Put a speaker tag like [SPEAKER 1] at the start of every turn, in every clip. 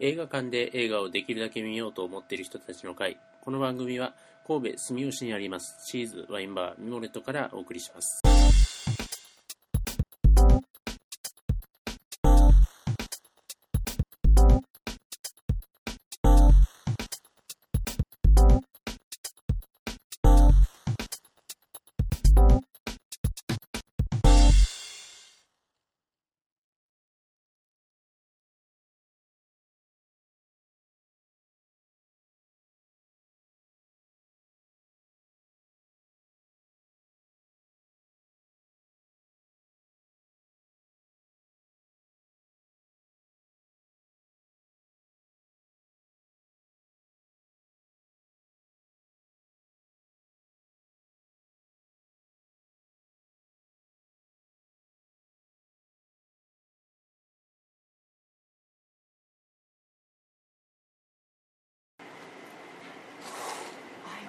[SPEAKER 1] 映画館で映画をできるだけ見ようと思っている人たちの会。この番組は神戸住吉にありますシーズワインバーミモレットからお送りします。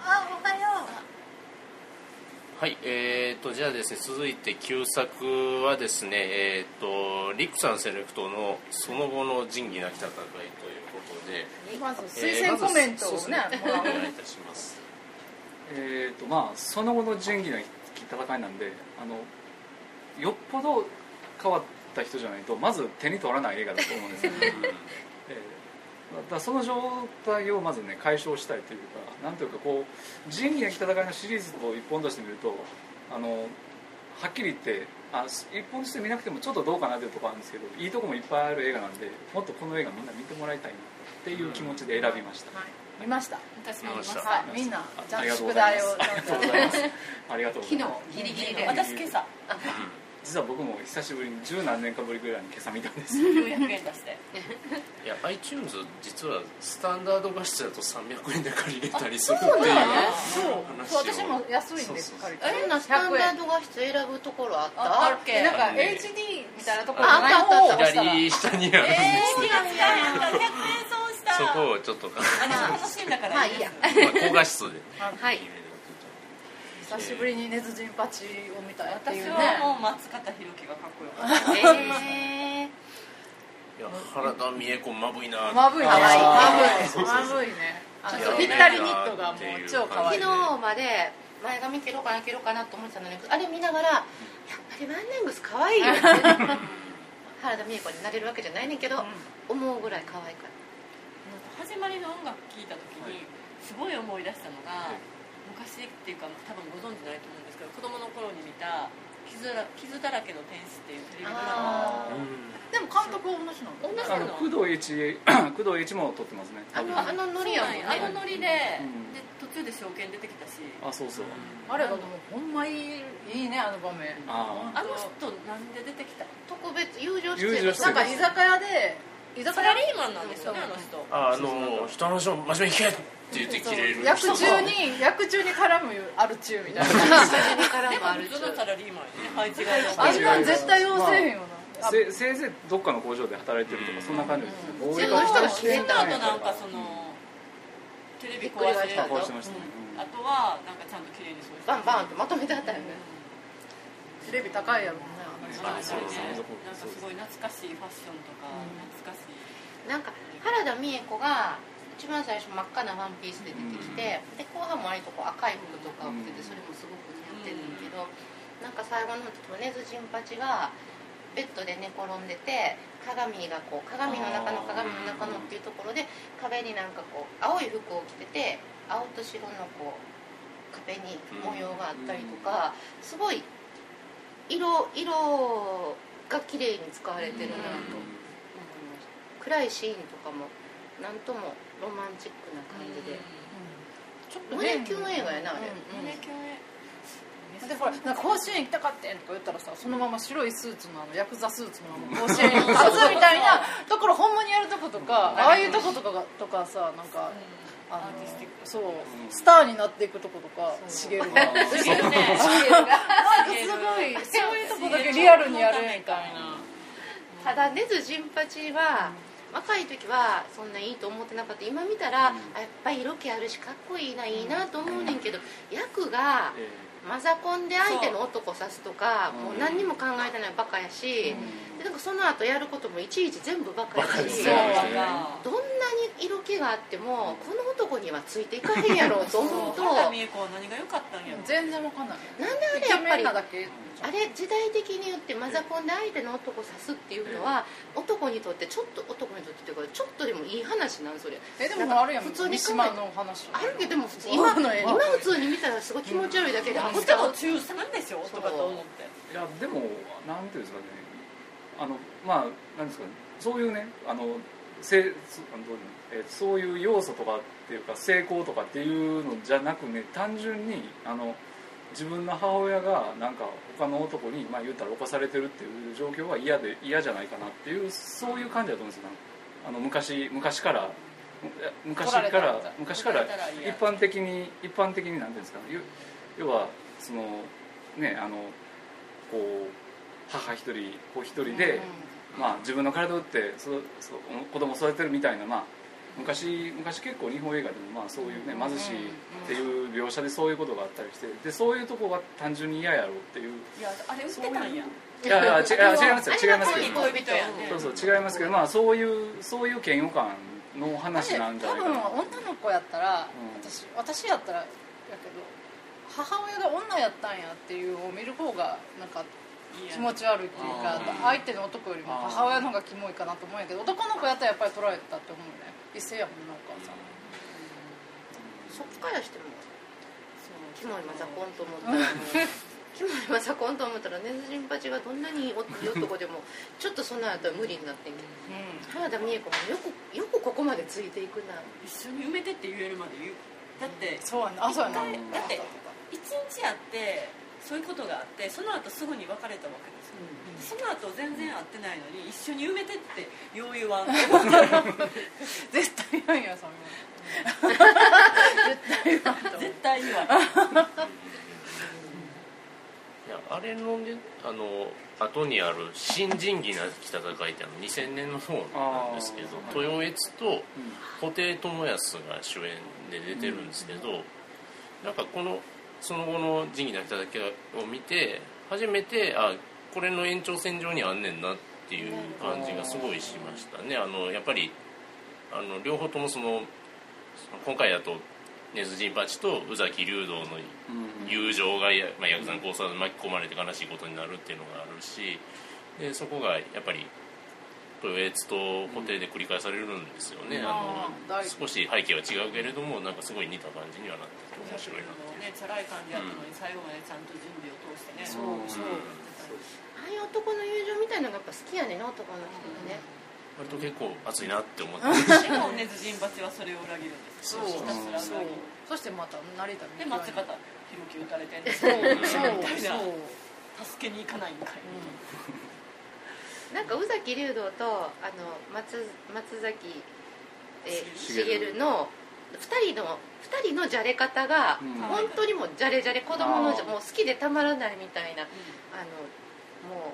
[SPEAKER 2] あ、おはよ
[SPEAKER 1] はい、えー、と、じゃあですね、続いて旧作はですね、えー、と、リクさんセレクトのその後の仁義なき戦いということで、
[SPEAKER 2] う。まず推薦コメントを
[SPEAKER 1] えーまずそう
[SPEAKER 2] ね、
[SPEAKER 1] です
[SPEAKER 2] もらおう
[SPEAKER 1] お願いいたします。
[SPEAKER 3] えーとまあ、その後の仁義なき戦いなんであのよっぽど変わった人じゃないとまず手に取らない映画だと思うんですよ、 えーだからその状態をまずね解消したいというかなんというかこう仁義なき戦いのシリーズを一本として見るとあのはっきり言ってあ一本として見なくてもちょっとどうかなというところあるんですけどいいとこもいっぱいある映画なんでもっとこの映画みんな見てもらいたいなっていう気持ちで選びました、
[SPEAKER 2] はい見ました。
[SPEAKER 4] 私もいまし
[SPEAKER 1] 見ま
[SPEAKER 4] た
[SPEAKER 2] はい、みんな、じゃ
[SPEAKER 3] あ
[SPEAKER 2] あ
[SPEAKER 3] りがとうご
[SPEAKER 2] 宿
[SPEAKER 3] ざい
[SPEAKER 2] 題
[SPEAKER 3] ま
[SPEAKER 2] を
[SPEAKER 3] す
[SPEAKER 2] ちゃん
[SPEAKER 3] あ
[SPEAKER 2] と。
[SPEAKER 3] りがとうございますありがとうござ
[SPEAKER 4] 昨日
[SPEAKER 3] います
[SPEAKER 4] ギリギリ
[SPEAKER 2] う
[SPEAKER 4] で
[SPEAKER 2] ん
[SPEAKER 4] 私今朝
[SPEAKER 3] 実は僕も久しぶりに十何年かぶりぐらいに今朝見たんで す
[SPEAKER 4] 400円出して
[SPEAKER 1] いや iTunes 実はスタンダード画質だと300円で借りれたりするっていう
[SPEAKER 2] そうなんや
[SPEAKER 1] 話
[SPEAKER 2] そ
[SPEAKER 1] を
[SPEAKER 2] う、私も安いんです。
[SPEAKER 3] そうそうそう
[SPEAKER 2] 借りて
[SPEAKER 5] 変なスタンダード画質選ぶところあった
[SPEAKER 4] ああるけ
[SPEAKER 2] なん
[SPEAKER 1] あ
[SPEAKER 2] か
[SPEAKER 1] のね
[SPEAKER 2] HD みたいなところ
[SPEAKER 5] あ
[SPEAKER 2] ない方を押したら。
[SPEAKER 1] 左下にあるんで
[SPEAKER 4] ええ
[SPEAKER 1] す
[SPEAKER 4] 気がつかへんかった100円損した
[SPEAKER 1] そこをちょっと考え
[SPEAKER 4] あの楽しいんだから
[SPEAKER 5] まあいいや
[SPEAKER 1] てまあ高画質で
[SPEAKER 5] はい
[SPEAKER 2] 久しぶりにネズジンパチを見たやってい
[SPEAKER 4] 私
[SPEAKER 2] うね。
[SPEAKER 4] はもう松方弘樹がかっこよかった
[SPEAKER 5] えー
[SPEAKER 1] いや原田美恵子まぶいな
[SPEAKER 2] まぶいね。
[SPEAKER 3] 可愛い
[SPEAKER 2] まぶいね。
[SPEAKER 5] あ
[SPEAKER 2] ま
[SPEAKER 5] の
[SPEAKER 2] ぶいね。ちょっとぴったりニットがもう超可愛い
[SPEAKER 5] 昨。日まで前髪切ろうかな切ろうかなと思ってたのにあれ見ながらやっぱりワンレングス可愛いよって原田美恵子になれるわけじゃないねんけど、思うぐらい可愛かっ
[SPEAKER 4] 始まりの音楽聴いた時にすごい思い出したのが昔っていうか多分ご存知ないと思うんですけど子供の頃に見た傷だ「傷だらけの天使」っていうテレビドラマ
[SPEAKER 5] あ
[SPEAKER 2] でも監督は同じなの。
[SPEAKER 4] 同じな
[SPEAKER 3] あの
[SPEAKER 4] の
[SPEAKER 3] 工藤栄一 工藤栄一も撮ってますね
[SPEAKER 5] たあのあのノリやもんね
[SPEAKER 4] そうなんやあのノリで,、
[SPEAKER 3] うん
[SPEAKER 4] で途中で証券出てきたし
[SPEAKER 3] あそうそう、
[SPEAKER 2] あれがでもほんまいいいいねあの場面。
[SPEAKER 3] あ
[SPEAKER 4] あの人なんで出てきた
[SPEAKER 5] 特別友情出演
[SPEAKER 3] 友情出
[SPEAKER 2] なん
[SPEAKER 3] 演
[SPEAKER 2] か居酒屋で居
[SPEAKER 4] サ
[SPEAKER 2] 酒
[SPEAKER 4] ラ
[SPEAKER 2] 屋
[SPEAKER 4] リーマンなんですよねあの人
[SPEAKER 1] ああの人の話を真面目に聞けって言って切れる
[SPEAKER 2] 役
[SPEAKER 1] 人
[SPEAKER 2] 中に役中に絡むある中みたい
[SPEAKER 5] に
[SPEAKER 2] な。
[SPEAKER 5] 絡
[SPEAKER 4] で
[SPEAKER 5] む
[SPEAKER 4] も
[SPEAKER 5] ある
[SPEAKER 4] 普通のサラリーマンやね配置がいい
[SPEAKER 2] あんなん絶対要せえへんよな。あ
[SPEAKER 3] せせいぜいどっかの工場で働いてるとかそんな感じですね
[SPEAKER 5] ん
[SPEAKER 3] 大江
[SPEAKER 5] そ
[SPEAKER 3] 川さ
[SPEAKER 5] の人が
[SPEAKER 3] ん
[SPEAKER 5] 主演
[SPEAKER 4] あ
[SPEAKER 5] だ
[SPEAKER 4] となんかその、テレビ壊して
[SPEAKER 5] びっ
[SPEAKER 3] くりしました
[SPEAKER 4] うんあとはなんかちゃんと綺麗に掃除
[SPEAKER 5] バンバンってまとめてあったよね
[SPEAKER 2] テレビ高いやろね。あの人
[SPEAKER 4] あそうですね
[SPEAKER 3] そう
[SPEAKER 4] なんかすごい懐かしいファッションとか、懐かしい
[SPEAKER 5] なんか原田美恵子が一番最初真っ赤なワンピースで出てきて、で後半もあれとこう赤い服とかを着ててそれもすごく似合ってるんだけど、なんか最後の時もねずじんぱちがベッドで寝転んでて鏡がこう鏡の中の鏡の中のっていうところで壁になんかこう青い服を着てて青と白のこう壁に模様があったりとか、すごい色色が綺麗に使われてるなと。暗いシーンとかもなんともロマンチックな感じで、
[SPEAKER 2] ちょっ
[SPEAKER 5] 胸キュン映画やなあれ
[SPEAKER 2] うん
[SPEAKER 4] 胸キュンへ
[SPEAKER 2] でほらなんか甲子園行きたかってんとか言ったらさそのまま白いスーツのあのヤクザスーツのまま甲子園に立つみたいなところほんまにやるとことかああいうとことかがとかさなんかあの
[SPEAKER 4] アーティスティック
[SPEAKER 2] そうスターになっていくとことか茂るがなんか
[SPEAKER 4] すげえね
[SPEAKER 2] すごいそういうとこだけリアルにやるみたいな
[SPEAKER 5] ただ根津陣八は、若い時はそんないいと思ってなかった今見たら、
[SPEAKER 3] うん
[SPEAKER 5] あやっぱり色気あるしかっこいいないいなと思うねんけど、役が
[SPEAKER 3] え
[SPEAKER 5] マザコンで相手の男刺すとか
[SPEAKER 3] そう
[SPEAKER 5] もう何にも考えてないバカやし、でなんかその後やることもいちいち全部バカや
[SPEAKER 1] バカで
[SPEAKER 5] し
[SPEAKER 1] す
[SPEAKER 4] そう
[SPEAKER 1] よね
[SPEAKER 4] か
[SPEAKER 5] どんなに色気があってもこの男にはついていかへんやろうと思うと
[SPEAKER 4] そう原田美恵子は何が良かったんやろ
[SPEAKER 2] 全然わかんない
[SPEAKER 5] なんであれ
[SPEAKER 2] イ
[SPEAKER 5] や
[SPEAKER 2] ケ
[SPEAKER 5] っぱ
[SPEAKER 2] メン
[SPEAKER 5] り
[SPEAKER 2] なだけ
[SPEAKER 5] あれ時代的によってマザコンで相手の男を刺すっていうのは男にとってちょっと男にとってっていうかちょっとでもいい話なんそれ
[SPEAKER 2] えでもあるやん
[SPEAKER 5] 普通に考え
[SPEAKER 2] 三島の話
[SPEAKER 5] あるけどでも普通今
[SPEAKER 2] 今の映画
[SPEAKER 5] 今普通に見たらすごい気持ち悪いだけで、あ
[SPEAKER 4] あ
[SPEAKER 5] こ
[SPEAKER 4] こっ
[SPEAKER 5] っち
[SPEAKER 4] ち
[SPEAKER 5] は
[SPEAKER 4] は
[SPEAKER 5] こ
[SPEAKER 4] も
[SPEAKER 5] っ
[SPEAKER 4] う
[SPEAKER 5] ち
[SPEAKER 4] 中3でしょとかと思って
[SPEAKER 3] いやでもなんていうんですかねあのまあなんですかねそういうねあのせそあのどういうのえーそういう要素とかっていうか成功とかっていうのじゃなくね単純にあの自分の母親がなんか他の男にまあ言ったら犯されてるっていう状況は嫌で嫌じゃないかなっていうそういう感じだと思うんですよなんかあの昔昔からむ昔か
[SPEAKER 2] 取られた
[SPEAKER 3] ら
[SPEAKER 2] みたい
[SPEAKER 3] 昔から
[SPEAKER 4] 取られたら嫌
[SPEAKER 3] 一般的に一般的になんていうんですかねゆ要はそのねあのこう母一人子一人で、まあ、自分の体を打ってそうそう子供を育てるみたいな、まあ、昔昔結構日本映画でも、まあ、そういう、ね、貧しいっていう描写でそういうことがあったりしてでそういうとこが単純に嫌やろうっていう
[SPEAKER 4] いやあれ売ってたんや
[SPEAKER 3] いやいやちいや違いますよ違いますけ
[SPEAKER 4] 恋
[SPEAKER 3] ど
[SPEAKER 4] 恋人やね
[SPEAKER 3] そうそう違いますけど、まあ、そういうそういう嫌悪感の話なんじゃ
[SPEAKER 2] 多
[SPEAKER 3] ないか
[SPEAKER 2] 分
[SPEAKER 3] な
[SPEAKER 2] 女の子やったら、
[SPEAKER 3] うん
[SPEAKER 2] 私私やったらやけど母親が女やったんやっていうのを見る方がなんか気持ち悪いっていうか
[SPEAKER 3] あー
[SPEAKER 2] 相手の男よりも
[SPEAKER 3] あー
[SPEAKER 2] 母親の方がキモいかなと思うんやけど男の子やったらやっぱり取られたって思うね一斉やもんなお母さん
[SPEAKER 5] そっからしてもキモいマザコ
[SPEAKER 4] ン
[SPEAKER 5] ンと思ったらもうキモいマザコンと思ったらネズジンパチがどんなにいい男でもちょっとそんなんやったら無理になってんけど原田美恵子もよくよくここまでついていくな
[SPEAKER 4] 一緒に埋めてって言えるまで言うだって
[SPEAKER 2] そうやなあそうやな
[SPEAKER 4] 一回だって一日やってそういうことがあってその後すぐに別れたわけですよその後全然会ってないのに一緒に埋めてってよう言わん
[SPEAKER 2] 絶対やんやそん
[SPEAKER 4] 絶対言わん
[SPEAKER 1] いやあれのねあの後にある「新人義なき戦い」ってあの2000年の方なんですけど
[SPEAKER 3] あー
[SPEAKER 1] 豊悦と
[SPEAKER 3] うん
[SPEAKER 1] 布袋寅泰が主演で出てるんですけど、なんかこのその後の「仁義なき戦い」を見て初めてあこれの延長線上にあんねんなっていう感じがすごいしましたねあのやっぱりあの両方ともその今回だと根津陣八と宇崎竜道の
[SPEAKER 3] うん
[SPEAKER 1] 友情がや、まあ、ヤクザの交際に巻き込まれて悲しいことになるっていうのがあるしでそこがやっぱり豊悦と固定で繰り返されるんですよね、
[SPEAKER 3] うん
[SPEAKER 1] あ
[SPEAKER 2] うん
[SPEAKER 1] の
[SPEAKER 2] 大
[SPEAKER 1] 少し背景は違うけれどもなんかすごい似た感じにはなってて面白いなって
[SPEAKER 4] ねチャラい感じやったのに最後までちゃんと準備を通してね
[SPEAKER 3] そうそう
[SPEAKER 5] ああいう男の友情みたいなのがやっぱ好きやねんな男の人がね
[SPEAKER 1] 割と結構熱いなって思って
[SPEAKER 4] でもねずじんばちはそれを裏切るんです
[SPEAKER 2] そう
[SPEAKER 4] ひたすら
[SPEAKER 2] そ
[SPEAKER 4] 裏
[SPEAKER 2] う
[SPEAKER 4] 切る
[SPEAKER 2] そしてまた成田
[SPEAKER 4] で
[SPEAKER 2] み
[SPEAKER 4] 松
[SPEAKER 2] たい
[SPEAKER 4] 方弘樹打たれてんです
[SPEAKER 2] そうそう
[SPEAKER 4] みたいな
[SPEAKER 2] そう
[SPEAKER 4] 助けに行かないんかい
[SPEAKER 5] なんか宇崎竜童とあの松松崎え
[SPEAKER 3] し
[SPEAKER 5] 茂の2人の二人のじゃれ方が
[SPEAKER 3] うん
[SPEAKER 5] 本当にもうじゃれじゃれ子供のじゃ
[SPEAKER 3] あー
[SPEAKER 5] もう好きでたまらないみたいなあ
[SPEAKER 4] う
[SPEAKER 5] のもう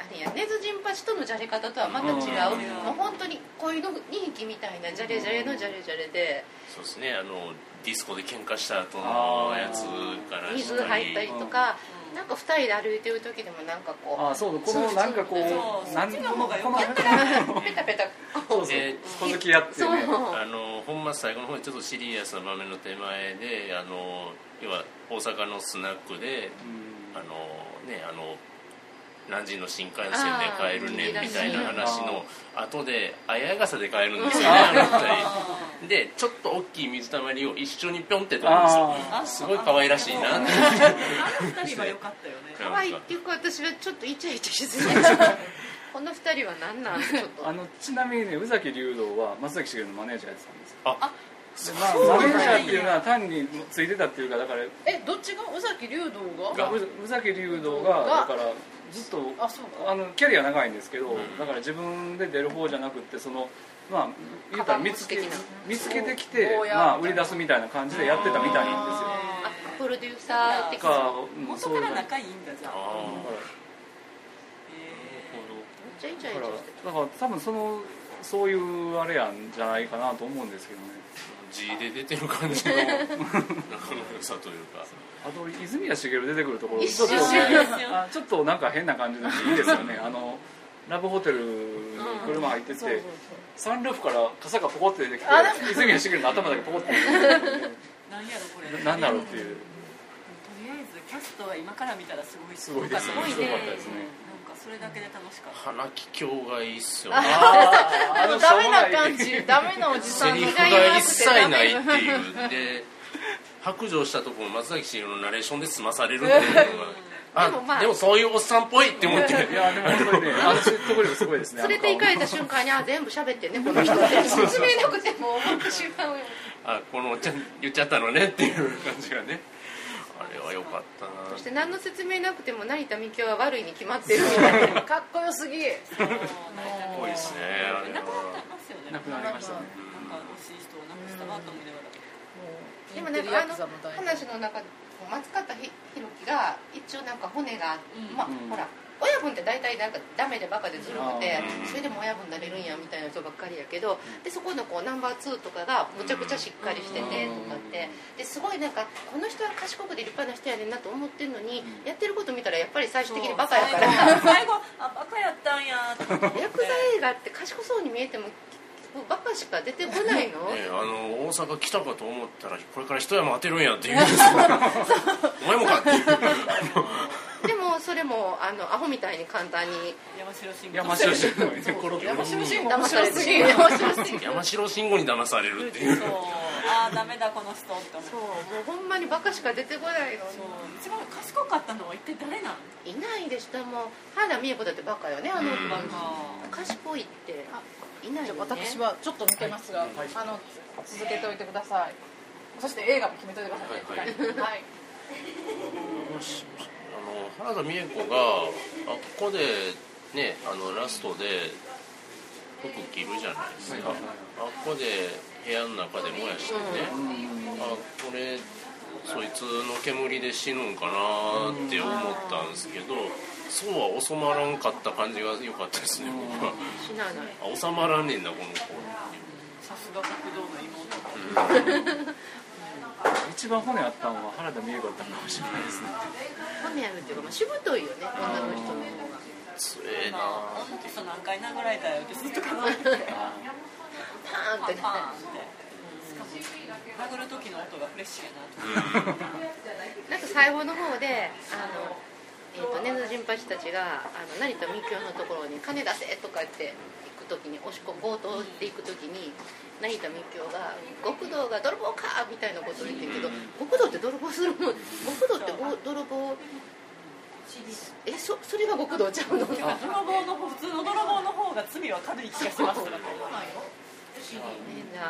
[SPEAKER 5] あれや根津陣八とのじゃれ方とはまた違う
[SPEAKER 3] うん
[SPEAKER 5] もう本当に恋の2匹みたいなじゃれじゃれのじゃれじゃれで
[SPEAKER 1] そうですねあのディスコで喧嘩した後のやつからし
[SPEAKER 5] 水
[SPEAKER 1] た
[SPEAKER 5] 入
[SPEAKER 1] り
[SPEAKER 5] ったりとか
[SPEAKER 4] うん
[SPEAKER 5] なんか2人で歩いてる時でもなんかこう
[SPEAKER 3] ああそうこのなんかこ
[SPEAKER 4] そう
[SPEAKER 3] う
[SPEAKER 4] そ
[SPEAKER 3] な
[SPEAKER 4] っ
[SPEAKER 3] ん
[SPEAKER 4] ちの方が良かった
[SPEAKER 3] こ
[SPEAKER 5] ペタペタこ
[SPEAKER 3] のそうそう
[SPEAKER 1] え
[SPEAKER 3] 小突き合って
[SPEAKER 5] そう
[SPEAKER 3] ね
[SPEAKER 1] あの本末最後の方にちょっとシリアスな場面の手前であの要は大阪のスナックで
[SPEAKER 3] うん
[SPEAKER 1] あのねあの何時の新幹線で帰るねみたいな話の後で綾傘で帰るんですよねあの二人でちょっと大きい水たまりを一緒にピョンって飛ぶんですよ
[SPEAKER 3] あ
[SPEAKER 4] ー
[SPEAKER 1] すごい可愛らしいなって
[SPEAKER 4] あの二人は良かったよね
[SPEAKER 5] 可愛いっていうか私はちょっとイチャイチャしすぎてこの二人は何なんってちょっと
[SPEAKER 3] あのちなみにね宇崎竜童は松崎しげるのマネージャーやってたんですよ
[SPEAKER 1] あ
[SPEAKER 3] でまあ、マネージャーっていうのは単についてたっていうかだから
[SPEAKER 2] えどっちが宇崎竜童が
[SPEAKER 3] が宇宇崎竜童がだからずっと
[SPEAKER 2] あそう か
[SPEAKER 3] あのキャリア長いんですけど、
[SPEAKER 1] ん
[SPEAKER 3] だから自分で出る方じゃなくてそのまあ言うたら見つけ
[SPEAKER 5] カバン持ち的な
[SPEAKER 3] 見つけてきて
[SPEAKER 2] そう、
[SPEAKER 3] まあ、売り出すみたいな感じでやってたみたいなんですよ
[SPEAKER 5] あプロデューサー的
[SPEAKER 3] だから、うん、
[SPEAKER 4] 元
[SPEAKER 3] そう
[SPEAKER 4] か
[SPEAKER 3] だ
[SPEAKER 4] ら
[SPEAKER 3] から
[SPEAKER 4] 仲いいんだじゃ
[SPEAKER 1] あ
[SPEAKER 4] あ
[SPEAKER 1] ーなるほど
[SPEAKER 4] へ
[SPEAKER 5] ちゃイチ
[SPEAKER 3] だ
[SPEAKER 5] ャイチ
[SPEAKER 3] から
[SPEAKER 5] ャしてた
[SPEAKER 3] だから多分そのそういうあれやんじゃないかなと思うんですけどね
[SPEAKER 1] 字で出てる感じの仲の良さというか
[SPEAKER 3] あと泉谷茂出てくるところ
[SPEAKER 5] 一緒
[SPEAKER 3] ちょっとね
[SPEAKER 4] ですよ
[SPEAKER 3] あちょっとなんか変な感じでいいですよねあのラブホテルに車入ってて、
[SPEAKER 2] そうそう
[SPEAKER 3] サンルーフから傘がポコって出てきて
[SPEAKER 2] あなん
[SPEAKER 3] 泉谷茂の頭だけポコっ て
[SPEAKER 4] 何やろこれ
[SPEAKER 3] なんだろうっていう
[SPEAKER 4] とりあえずキャストは今から見たらすごい
[SPEAKER 3] すごいですね
[SPEAKER 4] すごい
[SPEAKER 3] すごかったですね
[SPEAKER 4] なんかそれだけで楽しか った
[SPEAKER 1] 花木京がいいっすよね
[SPEAKER 2] あ
[SPEAKER 3] あ
[SPEAKER 2] の
[SPEAKER 3] の
[SPEAKER 2] ダメな感
[SPEAKER 3] しょ
[SPEAKER 2] じダメなおじさ
[SPEAKER 1] セ
[SPEAKER 2] ん
[SPEAKER 1] リ
[SPEAKER 2] の
[SPEAKER 1] フ
[SPEAKER 2] 会
[SPEAKER 1] が
[SPEAKER 2] 話
[SPEAKER 1] 一切ないっていうで白状したところ松崎しげるのナレーションで済まされるっていうのがあ
[SPEAKER 5] でもまあ
[SPEAKER 1] でもそういうおっさんっぽいって思 って
[SPEAKER 3] うがないいやでも本当にねあの説得力すごい ですね
[SPEAKER 5] 連れて行かれた瞬間にあ全部喋ってんねこの人って 説明なくても思ってしまうよ
[SPEAKER 1] あこのおっちゃん言っちゃったのねっていう感じがねあれは良かったな
[SPEAKER 5] そして何の説明なくても成田幹雄は悪いに決まってるみたいな
[SPEAKER 2] かっこよすぎ
[SPEAKER 4] もう泣いた
[SPEAKER 1] っぽいですねあれ
[SPEAKER 4] なくなっ
[SPEAKER 1] は
[SPEAKER 4] てますよね
[SPEAKER 3] なくなりましたね
[SPEAKER 4] なんか惜しい人をなくしたなと思いながら
[SPEAKER 5] でもなんかあの話の中で松方ひろきが一応なんか骨が、
[SPEAKER 4] うん
[SPEAKER 5] まあ
[SPEAKER 3] うん
[SPEAKER 5] ほら親分って大体なんかダメでバカでずるくて
[SPEAKER 1] うん
[SPEAKER 5] それでも親分なれるんやみたいな人ばっかりやけどでそこのこうナンバー2とかがむちゃくちゃしっかりしててとかってですごいなんかこの人は賢くて立派な人やねんなと思ってんのに
[SPEAKER 3] うん
[SPEAKER 5] やってること見たらやっぱり最終的にバカやから
[SPEAKER 4] そう最後あバカやったんやと思って
[SPEAKER 5] ヤクザ映画って賢そうに見えても結局バカしか出てこないの
[SPEAKER 1] ね、あの大阪来たかと思ったらこれから一山当てるんやって言うんですよお前もかっていう
[SPEAKER 5] でもそれもあのアホみたいに簡単に
[SPEAKER 4] 山城慎
[SPEAKER 3] い
[SPEAKER 4] 吾
[SPEAKER 3] や真っ白してるのにねこの
[SPEAKER 2] 山城慎吾
[SPEAKER 5] 騙
[SPEAKER 2] 面
[SPEAKER 5] さ
[SPEAKER 2] 白
[SPEAKER 5] れて
[SPEAKER 2] す
[SPEAKER 5] し
[SPEAKER 2] ぎ
[SPEAKER 5] ま
[SPEAKER 2] る
[SPEAKER 5] う
[SPEAKER 1] 山城慎吾に騙されるって いう
[SPEAKER 4] そうああダメだこの人って思って
[SPEAKER 5] そうもうほんまにバカしか出てこないの
[SPEAKER 4] そう一番賢かったのは一体誰なん
[SPEAKER 5] いないでしたもう原田美恵子だってバカよねあの
[SPEAKER 1] うん
[SPEAKER 5] バ
[SPEAKER 4] バカ
[SPEAKER 5] カ賢いって
[SPEAKER 2] あ
[SPEAKER 5] いないよね
[SPEAKER 2] 私はちょっと抜けますが、あの続けておいてくださいそして映画も決めておいてくださいねはい、はい
[SPEAKER 1] あの原田美恵子があここでねあのラストで服着るじゃないですか、
[SPEAKER 3] はい
[SPEAKER 1] あここで部屋の中で燃やしてね、あこれそいつの煙で死ぬんかなって思ったんですけど、そうは収まらんかった感じが良かったですね僕は
[SPEAKER 5] 死なない
[SPEAKER 1] あ収まらねえんだこの子
[SPEAKER 4] さすが学童の妹
[SPEAKER 3] 一番骨あったのは原田美恵子だったかもしれないですね
[SPEAKER 5] 骨あるっていうか、まあ、しぶといよね女の人の方が
[SPEAKER 1] つえな
[SPEAKER 4] まあ女の人何回殴られたよってずっと考えててパ
[SPEAKER 5] パーンってね
[SPEAKER 4] パーンってしかも殴る時の音がフレッシュやなと思って
[SPEAKER 5] なんか最後の方であのえー、と根津陣八たちがあの成田美京のところに「金出せ!」とか言って行く時に押し込強盗って行く時に成田美京が「極道が泥棒か!」みたいなことを言ってるけど極道って泥棒するもん極道ってご泥棒えそそれが極道ちゃうの
[SPEAKER 4] てか泥棒の方普通の泥棒の方が罪は軽い気がしますとか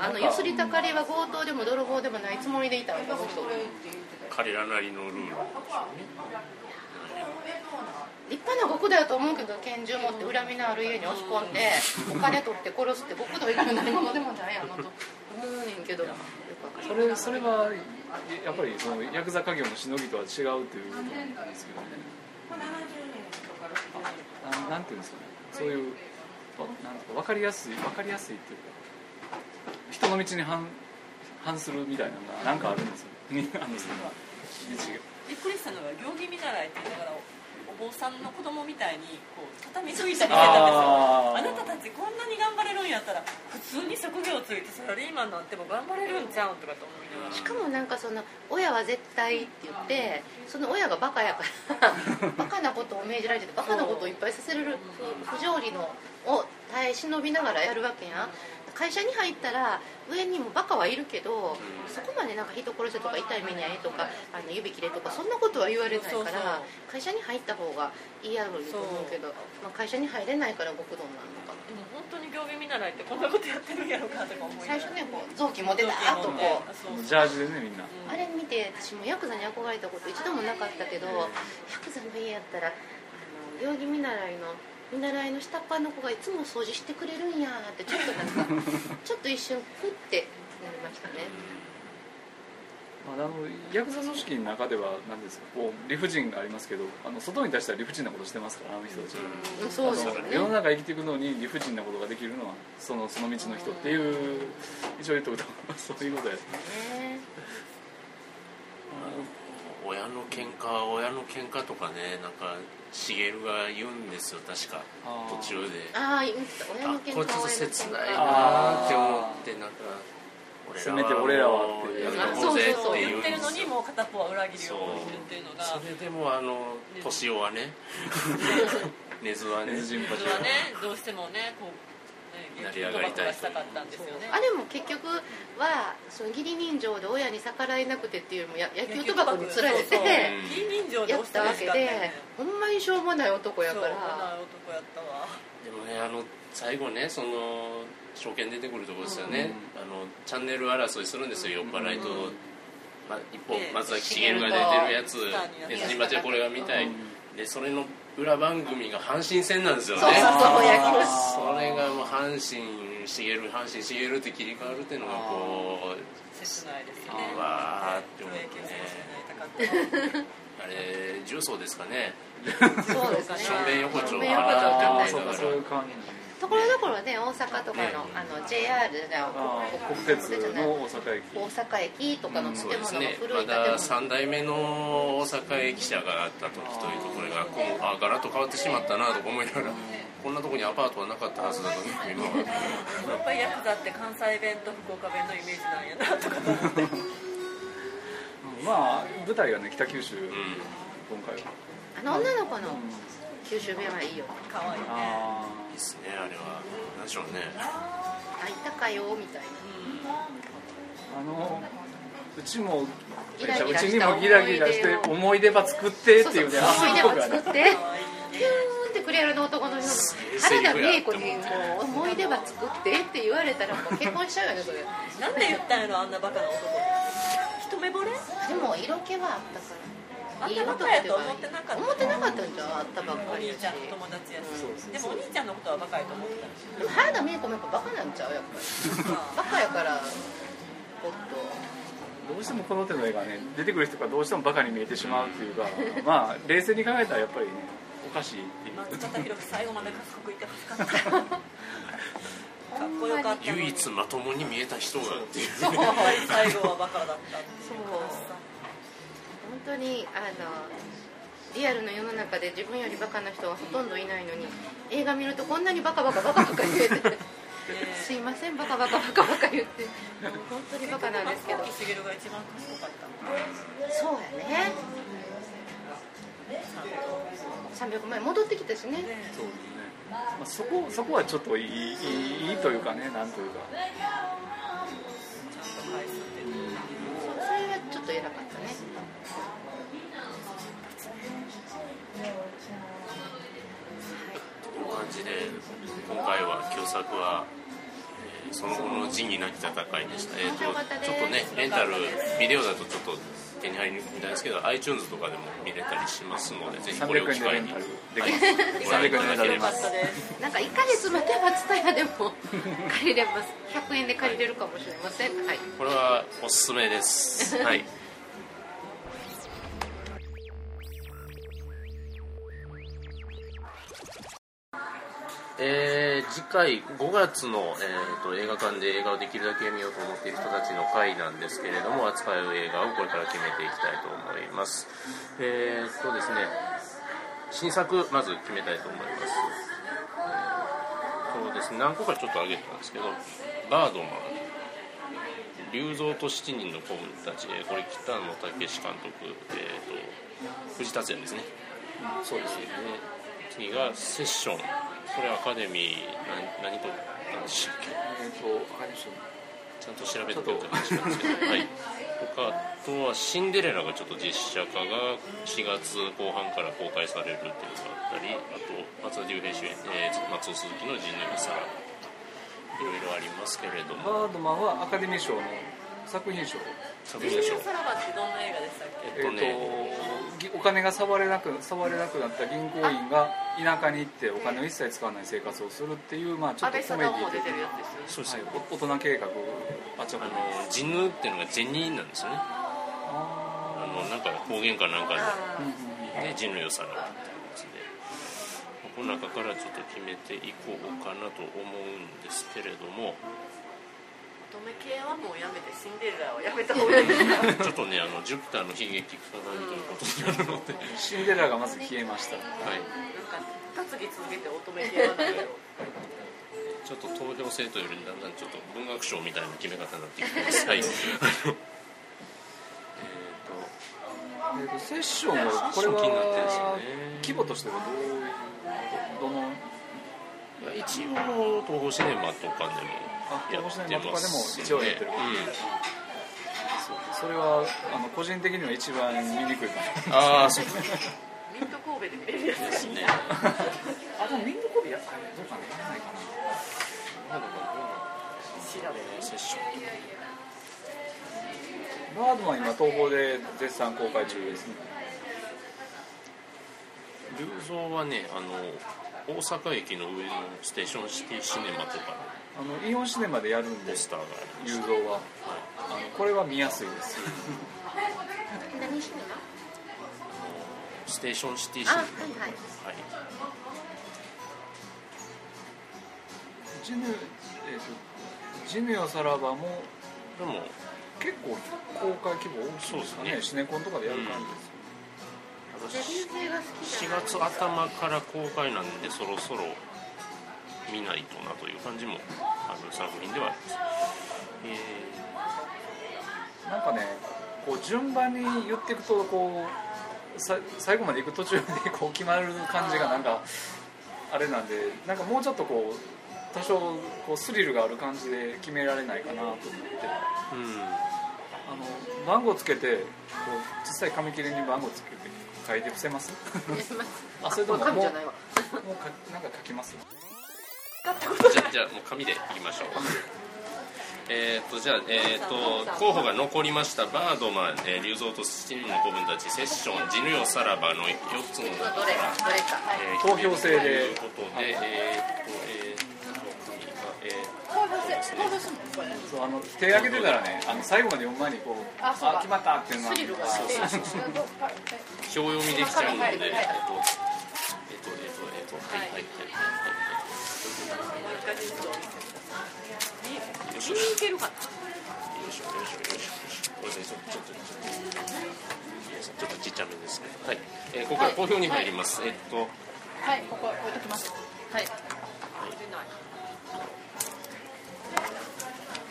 [SPEAKER 5] あのゆすりたかりは強盗でも泥棒でもないつもりでいたのこの人
[SPEAKER 1] 彼らなりのルール
[SPEAKER 5] 立派な極道やと思うけど拳銃持って恨みのある家に押し込んでお金取って殺すって極道以外の何者でもないやなと思うねんけどよくわかる
[SPEAKER 3] それそれはやっぱりそのヤクザ家業のしのぎとは違うっていうことなんですけどねあなんていうんですかねそういうわなんていうか分かりやすい分かりやすいっていうか人の道に反反するみたいなのがなんかあるんですよあのその道が
[SPEAKER 4] びっくりしたのが行儀見習いって言いながらお坊さんの子供みたいにこう畳み吹いたりしてたんですよ
[SPEAKER 3] あー
[SPEAKER 4] あなたたちこんなに頑張れるんやったら普通に職業ついてサラリーマンなんても頑張れるんちゃうんとかと思いながら
[SPEAKER 5] しかもなんかその親は絶対って言ってその親がバカやから バカなことを命じられててバカなことをいっぱいさせられる不不条理のを耐え忍びながらやるわけやん会社に入ったら上にもバカはいるけどそこまでなんか人殺せとか痛い目に遭えとかあの指切れとかそんなことは言われないか
[SPEAKER 4] そうそう
[SPEAKER 5] ら会社に入った方がいいやろうと思うけど、まあ、会社に入れないから極道なのかな
[SPEAKER 4] でも本当に行儀見習いってこんなことやってるんやろかとか思いなが
[SPEAKER 5] 最
[SPEAKER 4] ら
[SPEAKER 5] 初ねこう臓器も出たーっとこう。
[SPEAKER 3] ジャージでねみんな
[SPEAKER 5] あれ見て私もヤクザに憧れたこと一度もなかったけどヤクザの家やったらあの行儀見習いの見習いの下っ端の子がいつも掃除してくれるんやってちょっとなんかちょっと一瞬ふってなりましたね
[SPEAKER 3] まあ、あのヤクザ組織の中では何ですかこう理不尽がありますけどあの外に出したら理不尽なことしてますからあの人たちは、
[SPEAKER 5] うんそうです
[SPEAKER 3] あ
[SPEAKER 5] よ
[SPEAKER 3] の
[SPEAKER 5] ね
[SPEAKER 3] 世の中生きていくのに理不尽なことができるのはそのその道の人っていう一応言っとくとそういうことや
[SPEAKER 5] ね
[SPEAKER 1] 親の喧嘩親の喧嘩とかねなんか茂が言うんですよ確か
[SPEAKER 3] あー
[SPEAKER 1] 途中で
[SPEAKER 5] ああ言ってた親
[SPEAKER 1] あ
[SPEAKER 5] の喧嘩
[SPEAKER 1] こいつ
[SPEAKER 5] 親の
[SPEAKER 1] 切
[SPEAKER 5] 喧
[SPEAKER 1] ないな
[SPEAKER 5] 嘩
[SPEAKER 1] ーって思ってなんか
[SPEAKER 3] せめて俺らは
[SPEAKER 1] もう
[SPEAKER 3] って
[SPEAKER 1] や
[SPEAKER 3] いう
[SPEAKER 1] めとこうぜ
[SPEAKER 4] そ
[SPEAKER 1] っ
[SPEAKER 4] う
[SPEAKER 1] て
[SPEAKER 4] 言
[SPEAKER 1] 言う
[SPEAKER 4] っ
[SPEAKER 1] ん
[SPEAKER 4] て
[SPEAKER 1] で
[SPEAKER 4] るの
[SPEAKER 1] す
[SPEAKER 4] に
[SPEAKER 1] よ
[SPEAKER 4] もう片方は裏切りを
[SPEAKER 1] そう
[SPEAKER 4] してるっていうのが
[SPEAKER 1] それでもあの年男はね根津はね
[SPEAKER 3] 根津陣八
[SPEAKER 4] それはねどうしてもねこうね
[SPEAKER 1] 成り上がりたい
[SPEAKER 4] 言葉がしたかったんですよね
[SPEAKER 5] あれも結局はその義理人情で親に逆らえなくてっていうよりもや野球賭博に釣られて
[SPEAKER 4] そうそう非人情で
[SPEAKER 5] や
[SPEAKER 4] 押
[SPEAKER 5] っ
[SPEAKER 4] して
[SPEAKER 5] た
[SPEAKER 4] ほ
[SPEAKER 5] わ
[SPEAKER 4] し
[SPEAKER 5] け
[SPEAKER 4] かったよ
[SPEAKER 5] で
[SPEAKER 4] ね
[SPEAKER 5] ほんまにしょうもない男
[SPEAKER 4] そ
[SPEAKER 5] や
[SPEAKER 4] う
[SPEAKER 5] か
[SPEAKER 4] こん
[SPEAKER 5] ら
[SPEAKER 4] な男やったわ
[SPEAKER 1] でもねあの最後ねその証券出てくるところですよね、あのチャンネル争いするんですよ、酔っ払いと、ま、一方
[SPEAKER 4] ね
[SPEAKER 1] 松崎しげるが出てるやつ
[SPEAKER 4] スターになった
[SPEAKER 1] 「別人バチはこれが見たい」でそれの裏番組が阪神戦なんですよね
[SPEAKER 5] そうそうそう野球
[SPEAKER 1] それがもう阪神しげる阪神しげるって切り替わるっていうのがこう
[SPEAKER 4] 切ないですよ
[SPEAKER 3] あ
[SPEAKER 4] ね
[SPEAKER 3] ー
[SPEAKER 1] わーって思ってね
[SPEAKER 4] プロ野球選手になりたかっ
[SPEAKER 1] あれ重曹ですかね
[SPEAKER 5] そうですね
[SPEAKER 1] しょんべん横丁
[SPEAKER 5] しょ
[SPEAKER 1] か
[SPEAKER 5] んべん
[SPEAKER 1] な
[SPEAKER 5] 横
[SPEAKER 1] ーって思いなが
[SPEAKER 3] そうか
[SPEAKER 5] 丁って
[SPEAKER 3] らそういう感じ
[SPEAKER 5] ところどころね大阪とかの
[SPEAKER 1] ね
[SPEAKER 5] あの JR じゃ
[SPEAKER 3] あ
[SPEAKER 5] あ
[SPEAKER 3] ー国鉄の大阪駅
[SPEAKER 5] 大阪駅とかの建
[SPEAKER 1] そう
[SPEAKER 5] 物
[SPEAKER 1] で
[SPEAKER 5] の
[SPEAKER 1] す
[SPEAKER 5] 古い
[SPEAKER 1] ね
[SPEAKER 5] 建
[SPEAKER 1] ま
[SPEAKER 5] 物
[SPEAKER 1] だ3代目の大阪駅舎があった時というところがこうあガラッと変わってしまったなとか思いながらこんなとこにアパートはなかったはずだと今は
[SPEAKER 4] たやっぱりヤクザって関西弁と福岡弁のイメージなんやなとか思って
[SPEAKER 3] うんまあ舞台がね北九州、
[SPEAKER 1] うん
[SPEAKER 3] 今回は、
[SPEAKER 5] あの女の子の九州弁はいいよ
[SPEAKER 4] 可愛いね
[SPEAKER 3] あ
[SPEAKER 1] いいっすねあれは何でしょうね
[SPEAKER 5] 会いたかよみたいな
[SPEAKER 3] ーあのうちも
[SPEAKER 5] ギラ
[SPEAKER 3] う
[SPEAKER 5] ギラした
[SPEAKER 3] ちにもギラギラして
[SPEAKER 5] 思い出
[SPEAKER 3] 思い出
[SPEAKER 5] を
[SPEAKER 3] ば作ってっ
[SPEAKER 5] そう
[SPEAKER 3] てい
[SPEAKER 5] そ
[SPEAKER 3] うう
[SPEAKER 5] 思
[SPEAKER 3] ね
[SPEAKER 5] い
[SPEAKER 3] あ
[SPEAKER 5] 出
[SPEAKER 3] そ
[SPEAKER 5] を
[SPEAKER 3] こがね
[SPEAKER 5] 作って
[SPEAKER 4] 可愛い
[SPEAKER 5] ピューンってクレールの男の
[SPEAKER 1] げ
[SPEAKER 5] 人の
[SPEAKER 1] え
[SPEAKER 5] 原田美恵子に
[SPEAKER 1] セリフや
[SPEAKER 5] こう思い出ば作ってって言われたらもう結婚しちゃうよねそれ
[SPEAKER 4] なんで言ったんやろあんなバカな男一目惚れ
[SPEAKER 5] でも色気はあったからいい男っていう
[SPEAKER 4] あんたばっかりやと思ってなかった
[SPEAKER 5] 思ってなかったんじゃんあったばっ
[SPEAKER 4] お
[SPEAKER 5] かり
[SPEAKER 4] 兄
[SPEAKER 5] やし
[SPEAKER 4] ちゃんの友達やしでもお兄ちゃんのことはバカやと思ってた し
[SPEAKER 5] でも原田美恵子もやっぱバカなんちゃうやっぱりバカやからおっと
[SPEAKER 3] どうしてもこの手の絵がね出てくる人がどうしてもバカに見えてしまうっ ていうかまあ冷静に考えたらやっぱりねおかしいっていう
[SPEAKER 4] 松方弘樹最後まで賢くいてほし かったかっこよかったのに
[SPEAKER 1] 唯一まともに見えた人がっていう
[SPEAKER 4] やっぱり最後はバカだったっていう顔さ
[SPEAKER 5] 本当にあのリアルの世の中で自分よりバカな人はほとんどいないのに映画見るとこんなにバカバカバカバカ言え てすいませんバカバカバカバカ言って本当にバカなんですけど
[SPEAKER 4] 松崎しげるが一番賢かったの
[SPEAKER 5] そうやね300万円戻ってきたしね
[SPEAKER 4] ね
[SPEAKER 3] そうですね、まあ、そこそこはちょっといいいいいいというかねなんというか
[SPEAKER 4] ちゃんと返すっていう
[SPEAKER 5] そそれはちょっと偉かったね
[SPEAKER 1] こんな感じで今回は旧作は、えーその後の仁義なき戦いでした、えー、とちょっとねレンタルビデオだとちょっと手に入りにくいんですけど iTunes とかでも見れたりしますのでぜひこれを
[SPEAKER 3] 300
[SPEAKER 1] 機
[SPEAKER 3] 円でレ
[SPEAKER 1] 会
[SPEAKER 3] ン
[SPEAKER 1] に
[SPEAKER 3] タ
[SPEAKER 1] は
[SPEAKER 3] ル
[SPEAKER 1] いご覧
[SPEAKER 3] できます、
[SPEAKER 1] いただけれ
[SPEAKER 4] よか
[SPEAKER 1] ば
[SPEAKER 4] ったです
[SPEAKER 5] なんか1ヶ月またはツタヤでも借りれます100円で借りれるかもしれませんはい
[SPEAKER 1] これはおすすめですはいえー次回5月の、えーと映画館で映画をできるだけ見ようと思っている人たちの会なんですけれども扱う映画をこれから決めていきたいと思いますえー、とですね新作まず決めたいと思います、えーそうですね何個かちょっと挙げたんですけど「バードマン」龍蔵と七人の子たち、えーこれ北野武監督、えー、と藤達也ですねそうですね次が「セッション」これアカデミー何何と何でしたっけ
[SPEAKER 3] えっと赤でし
[SPEAKER 1] ちゃんと調べておいて話なんですけど、はい、とかあとは「シンデレラ」がちょっと実写化が4月後半から公開されるっていうのがあったりあと松田龍平主演、えー松尾鈴木の「神宮さいろいろありますけれども
[SPEAKER 3] バードマンはアカデミー賞の作品賞
[SPEAKER 1] 作
[SPEAKER 4] 「
[SPEAKER 1] 品
[SPEAKER 4] 人
[SPEAKER 1] 賞
[SPEAKER 4] 間さらば」ってどんな映画でしたっけ
[SPEAKER 1] えっと
[SPEAKER 3] えっと
[SPEAKER 1] ね、
[SPEAKER 3] ぎお金が触れなく触れなくなった銀行員が田舎に行ってお金を一切使わない生活をするっていうまあちょっとコメディ的な、はい、
[SPEAKER 1] そうですね
[SPEAKER 3] お大人計画あちゃこちゃ
[SPEAKER 1] あの「ジヌ」っていうのが「ジェニー」なんですよね
[SPEAKER 3] あ
[SPEAKER 1] あのなんか方言かなんか
[SPEAKER 4] あ
[SPEAKER 3] うんうん
[SPEAKER 1] でで人類をさらうみたいなやつでこの中からちょっと決めていこうかなと思うんですけれども
[SPEAKER 4] 乙女系はもうやめてシンデレラはやめた方が いいですか
[SPEAKER 1] ちょっとねあのジュピターの悲劇再びということになるので、
[SPEAKER 3] うんシンデレラがまず消えました
[SPEAKER 1] はい、
[SPEAKER 4] なんか担ぎ続けて乙女系はないよ
[SPEAKER 1] ちょっと投票制というよりだんだんちょっと文学賞みたいな決め方になってきてますはいえーと
[SPEAKER 3] えっとセッションはこれ
[SPEAKER 1] 気になってるんですよ
[SPEAKER 3] は
[SPEAKER 1] ね
[SPEAKER 3] 規模としてはどういうどの
[SPEAKER 1] いや一応東宝シネマとかでも
[SPEAKER 3] あ
[SPEAKER 1] や
[SPEAKER 3] 東
[SPEAKER 1] って
[SPEAKER 3] 宝シネマと
[SPEAKER 1] ま
[SPEAKER 3] かですも一応やってる
[SPEAKER 1] うん
[SPEAKER 3] そそれはあの個人的には一番見にくいかな
[SPEAKER 1] あ あそう
[SPEAKER 4] ミント神戸で見れるやつ
[SPEAKER 1] ですね
[SPEAKER 3] あでもミングコビやったらどうかなやらないかな
[SPEAKER 4] 調べて
[SPEAKER 1] セッション
[SPEAKER 3] バードマン今東宝で絶賛公開中ですね
[SPEAKER 1] 龍蔵はねあの大阪駅の上のステーションシティシネマとか
[SPEAKER 3] あのイオンシネマでやるん
[SPEAKER 1] の
[SPEAKER 3] で
[SPEAKER 1] ポスターがあります
[SPEAKER 3] 雄三はあのこれは見やすいです
[SPEAKER 5] 何してんの
[SPEAKER 1] ステーションシティシ
[SPEAKER 5] あ
[SPEAKER 1] ネ
[SPEAKER 5] は
[SPEAKER 1] マ
[SPEAKER 5] い
[SPEAKER 1] は
[SPEAKER 5] はい
[SPEAKER 1] い
[SPEAKER 3] ジヌ,、えーとジヌよさらばも
[SPEAKER 1] でも
[SPEAKER 3] 結構公開規模大きい
[SPEAKER 1] そ
[SPEAKER 3] んですかね
[SPEAKER 1] うですね
[SPEAKER 3] シネコンとかでやる感じですよね、
[SPEAKER 5] 流星が好きじ
[SPEAKER 1] 4
[SPEAKER 5] ゃない
[SPEAKER 1] 月頭から公開なんでそろそろ見ないとなという感じもある作品ではあります、
[SPEAKER 3] なんかねこう順番に言っていくとこうさ最後まで行く途中でこう決まる感じがなんかあれなんでなんかもうちょっとこう多少こうスリルがある感じで決められないかなと思ってあ
[SPEAKER 1] えーうん
[SPEAKER 3] の番号つけてこう小さい紙切れに番号つけて書いて伏せます あそれとももう
[SPEAKER 5] 神
[SPEAKER 3] も
[SPEAKER 5] じ
[SPEAKER 3] う
[SPEAKER 5] ゃないわ
[SPEAKER 3] かなんか書きます
[SPEAKER 1] じゃあじゃあもう紙でいきましょう えーっとじゃあ、えーっと候補が残りましたバードマン、えー、竜蔵と七人の子分たちセッション「地ぬよさらば」の4つの中
[SPEAKER 5] どれかどれかはい
[SPEAKER 1] えー
[SPEAKER 3] 投票制で
[SPEAKER 1] ということで、えーっとえーっとえーっと
[SPEAKER 2] 公表す公表するのこれ
[SPEAKER 3] そうあの手挙げてたらねあの最後まで読む前にこう
[SPEAKER 2] あそうだ
[SPEAKER 3] 決まったっていうのは
[SPEAKER 2] スリルがあって
[SPEAKER 1] 表読みできちゃうので、えーっと
[SPEAKER 2] はい
[SPEAKER 1] えーっとえーっとえーっとはいはいはいは
[SPEAKER 4] もう一回ずつを見せ
[SPEAKER 1] いよいしょ
[SPEAKER 4] 見に行けるかな
[SPEAKER 1] よいしょよいしょよいしょよいしょごめんなさいちょっとちょっとちょっとちっちゃめですねはい、えーここから好評に入ります、えーっと
[SPEAKER 2] はいここ置いときますはい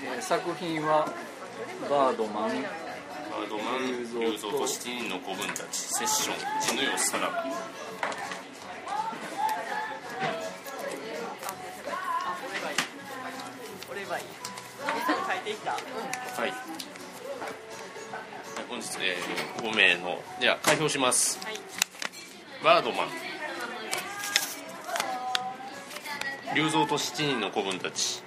[SPEAKER 3] えー作品はバードマン
[SPEAKER 1] バードマン、竜蔵とシティの子分たち、セッション、地のよさらば。
[SPEAKER 4] あこれがいいこれがいいさん書いていった
[SPEAKER 1] はい。本日、えー、5名の、では開票します。
[SPEAKER 4] はい
[SPEAKER 1] バードマン。竜蔵と七人の子分たち。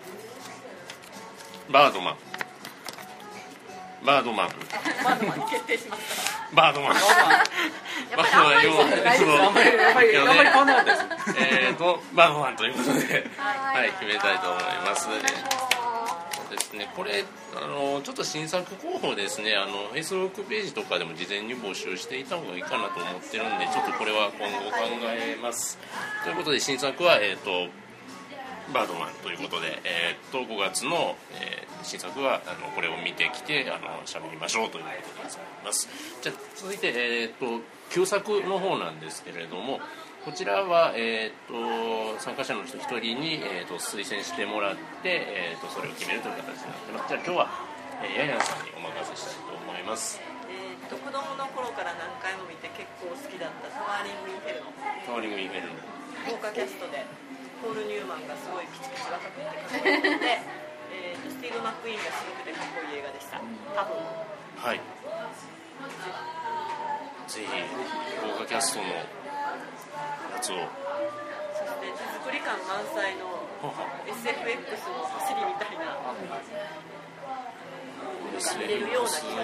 [SPEAKER 1] バードマン。バードマン。
[SPEAKER 4] まだまだ決定しました
[SPEAKER 1] バードマン。バードマン、よう、そ
[SPEAKER 3] あんまりあんまりあんまり変わんなかったです
[SPEAKER 1] えーと、バードマンということで、はい、決めたいと思います。そうですね、これあのちょっと新作候補ですねあの Facebook ページとかでも事前に募集していた方がいいかなと思ってるんでちょっとこれは今後考えますということで新作は、えー、とバードマンということで、えー、と5月の、えー新作はあのこれを見てきてあの喋りましょうということでございますじゃあ続いて、えー、と旧作の方なんですけれどもこちらは、えー、と参加者の人1人に、えー、と推薦してもらって、えー、とそれを決めるという形になってますじゃあ今日は、えー、ヤヤンさんにお任せしたいと思います
[SPEAKER 4] えー、と子供の頃から何回も見て結構好きだった「タワーリング・インフェルノ」
[SPEAKER 1] タワーリングインフェルノ
[SPEAKER 4] 豪華キャストでポール・ニューマンがすごいピチピチ若くてかっこよくて、えー、とスティーブ・マック・イーンがすごくてかっこいい映画でした多分
[SPEAKER 1] はいぜひ豪華キャストのやつを
[SPEAKER 4] そして手作り感満載の SFX の走りみたいなものが出るような気がしま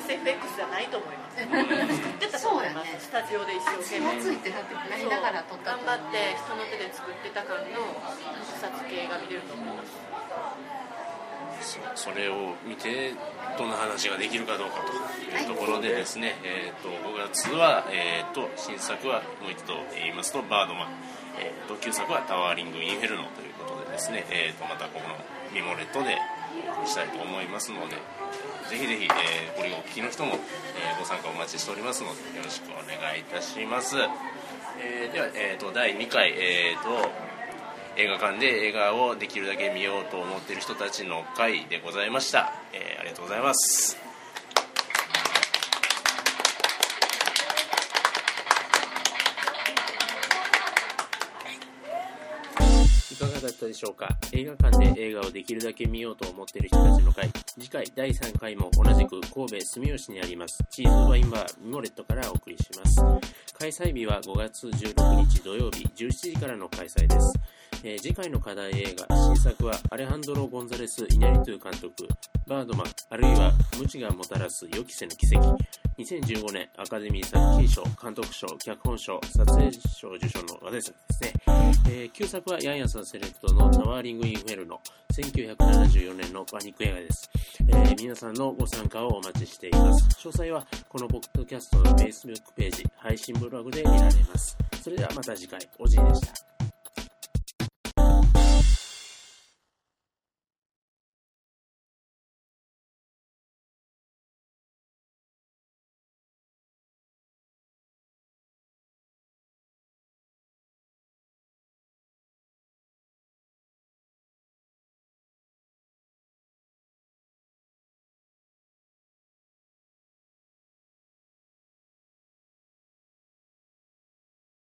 [SPEAKER 4] す SFX じゃないと思います作ってたと思います、
[SPEAKER 5] そうやね
[SPEAKER 4] スタジオで一生懸
[SPEAKER 5] 気が
[SPEAKER 4] 命
[SPEAKER 5] ついてなってなりながら撮った
[SPEAKER 4] 頑張って人の手で作ってた感の特撮系が見れると思います
[SPEAKER 1] すそそれを見てどんな話ができるかどうかというところでですね、えー、と5月は、えー、と新作はもう一度言いますと「バードマン」えー、と旧作は「タワーリング・インフェルノ」ということでですね、えー、とまたこの「ミモレット」でしたいと思いますのでぜひぜひ、えーこれをお聞きの人も、えーご参加お待ちしておりますのでよろしくお願いいたします、えーでは、えー、と第2回、えー、と映画館で映画をできるだけ見ようと思っている人たちの会でございました、えーありがとうございますいかがだったでしょうか映画館で映画をできるだけ見ようと思っている人たちの会次回第3回も同じく神戸住吉にありますチーズワインバーミモレットからお送りします開催日は5月16日土曜日17時からの開催です、えー次回の課題映画新作はアレハンドロ・ゴンザレス・イナリトゥ監督バードマンあるいは無知がもたらす予期せぬ奇跡2015年アカデミー作品賞監督賞脚本賞撮影賞受賞の話題作ですねえー旧作はヤンヤさんセレクトのタワーリングインフェルノ1974年のパニック映画です、えー皆さんのご参加をお待ちしています詳細はこのポッドキャストの Facebook ページ配信ブログで見られますそれではまた次回おじいでした